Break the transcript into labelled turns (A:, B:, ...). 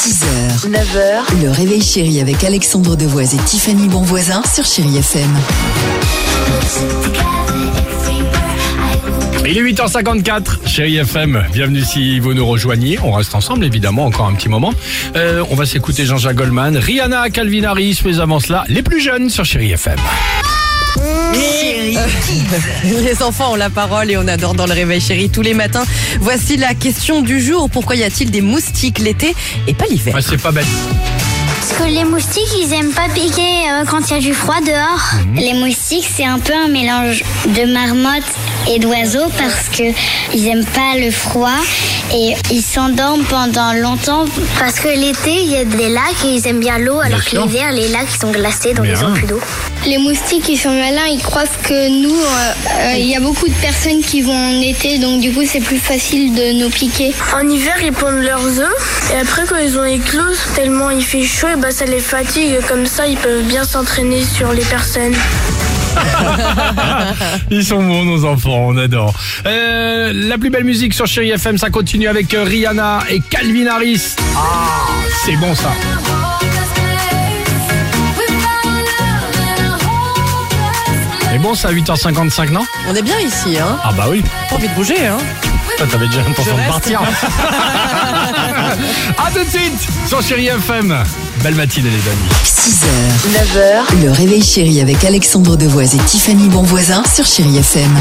A: 6h, 9h, le réveil chéri avec Alexandre Devoise et Tiffany Bonvoisin sur Chérie FM.
B: Il est 8h54, chérie FM, bienvenue si vous nous rejoignez. On reste ensemble évidemment encore un petit moment. Euh, on va s'écouter Jean-Jacques Goldman, Rihanna, Calvin Harris, mais avant cela, les plus jeunes sur chérie FM.
C: Euh, Les enfants ont la parole et on adore dans le réveil chéri tous les matins. Voici la question du jour. Pourquoi y a-t-il des moustiques l'été et pas l'hiver
B: Ah, c'est pas bête.
D: Parce que les moustiques, ils aiment pas piquer euh, quand il y a du froid dehors.
B: Mhm.
D: Les moustiques, c'est un peu un mélange de marmottes et d'oiseaux parce que ils aiment pas le froid et ils s'endorment pendant longtemps. Parce que l'été, il y a des lacs et ils aiment bien l'eau, alors que
B: sûr.
D: l'hiver, les lacs ils sont glacés, donc
B: Bien.
D: ils ont plus d'eau. Les moustiques, ils sont malins, ils croient que nous, euh, il y a beaucoup de personnes qui vont en été, donc du coup, c'est plus facile de nous piquer.
E: En hiver, ils pondent leurs œufs et après, quand ils ont éclos, tellement il fait chaud, et bah, ça les fatigue. Comme ça, ils peuvent bien s'entraîner sur les personnes.
B: Ils sont bons nos enfants, on adore. Euh, la plus belle musique sur chérie FM, ça continue avec euh, Rihanna et Calvin Harris. Ah, c'est bon ça. C'est bon ça, 8h55, non
C: On est bien ici, hein
B: Ah bah oui.
C: Pas envie de bouger, hein
B: Toi, t'avais déjà
C: Je
B: l'intention de
C: reste.
B: partir. A tout de suite sur Chéri FM. Belle matinée, les amis.
A: 6h, 9h, le réveil chéri avec Alexandre Devoise et Tiffany Bonvoisin sur Chérie FM.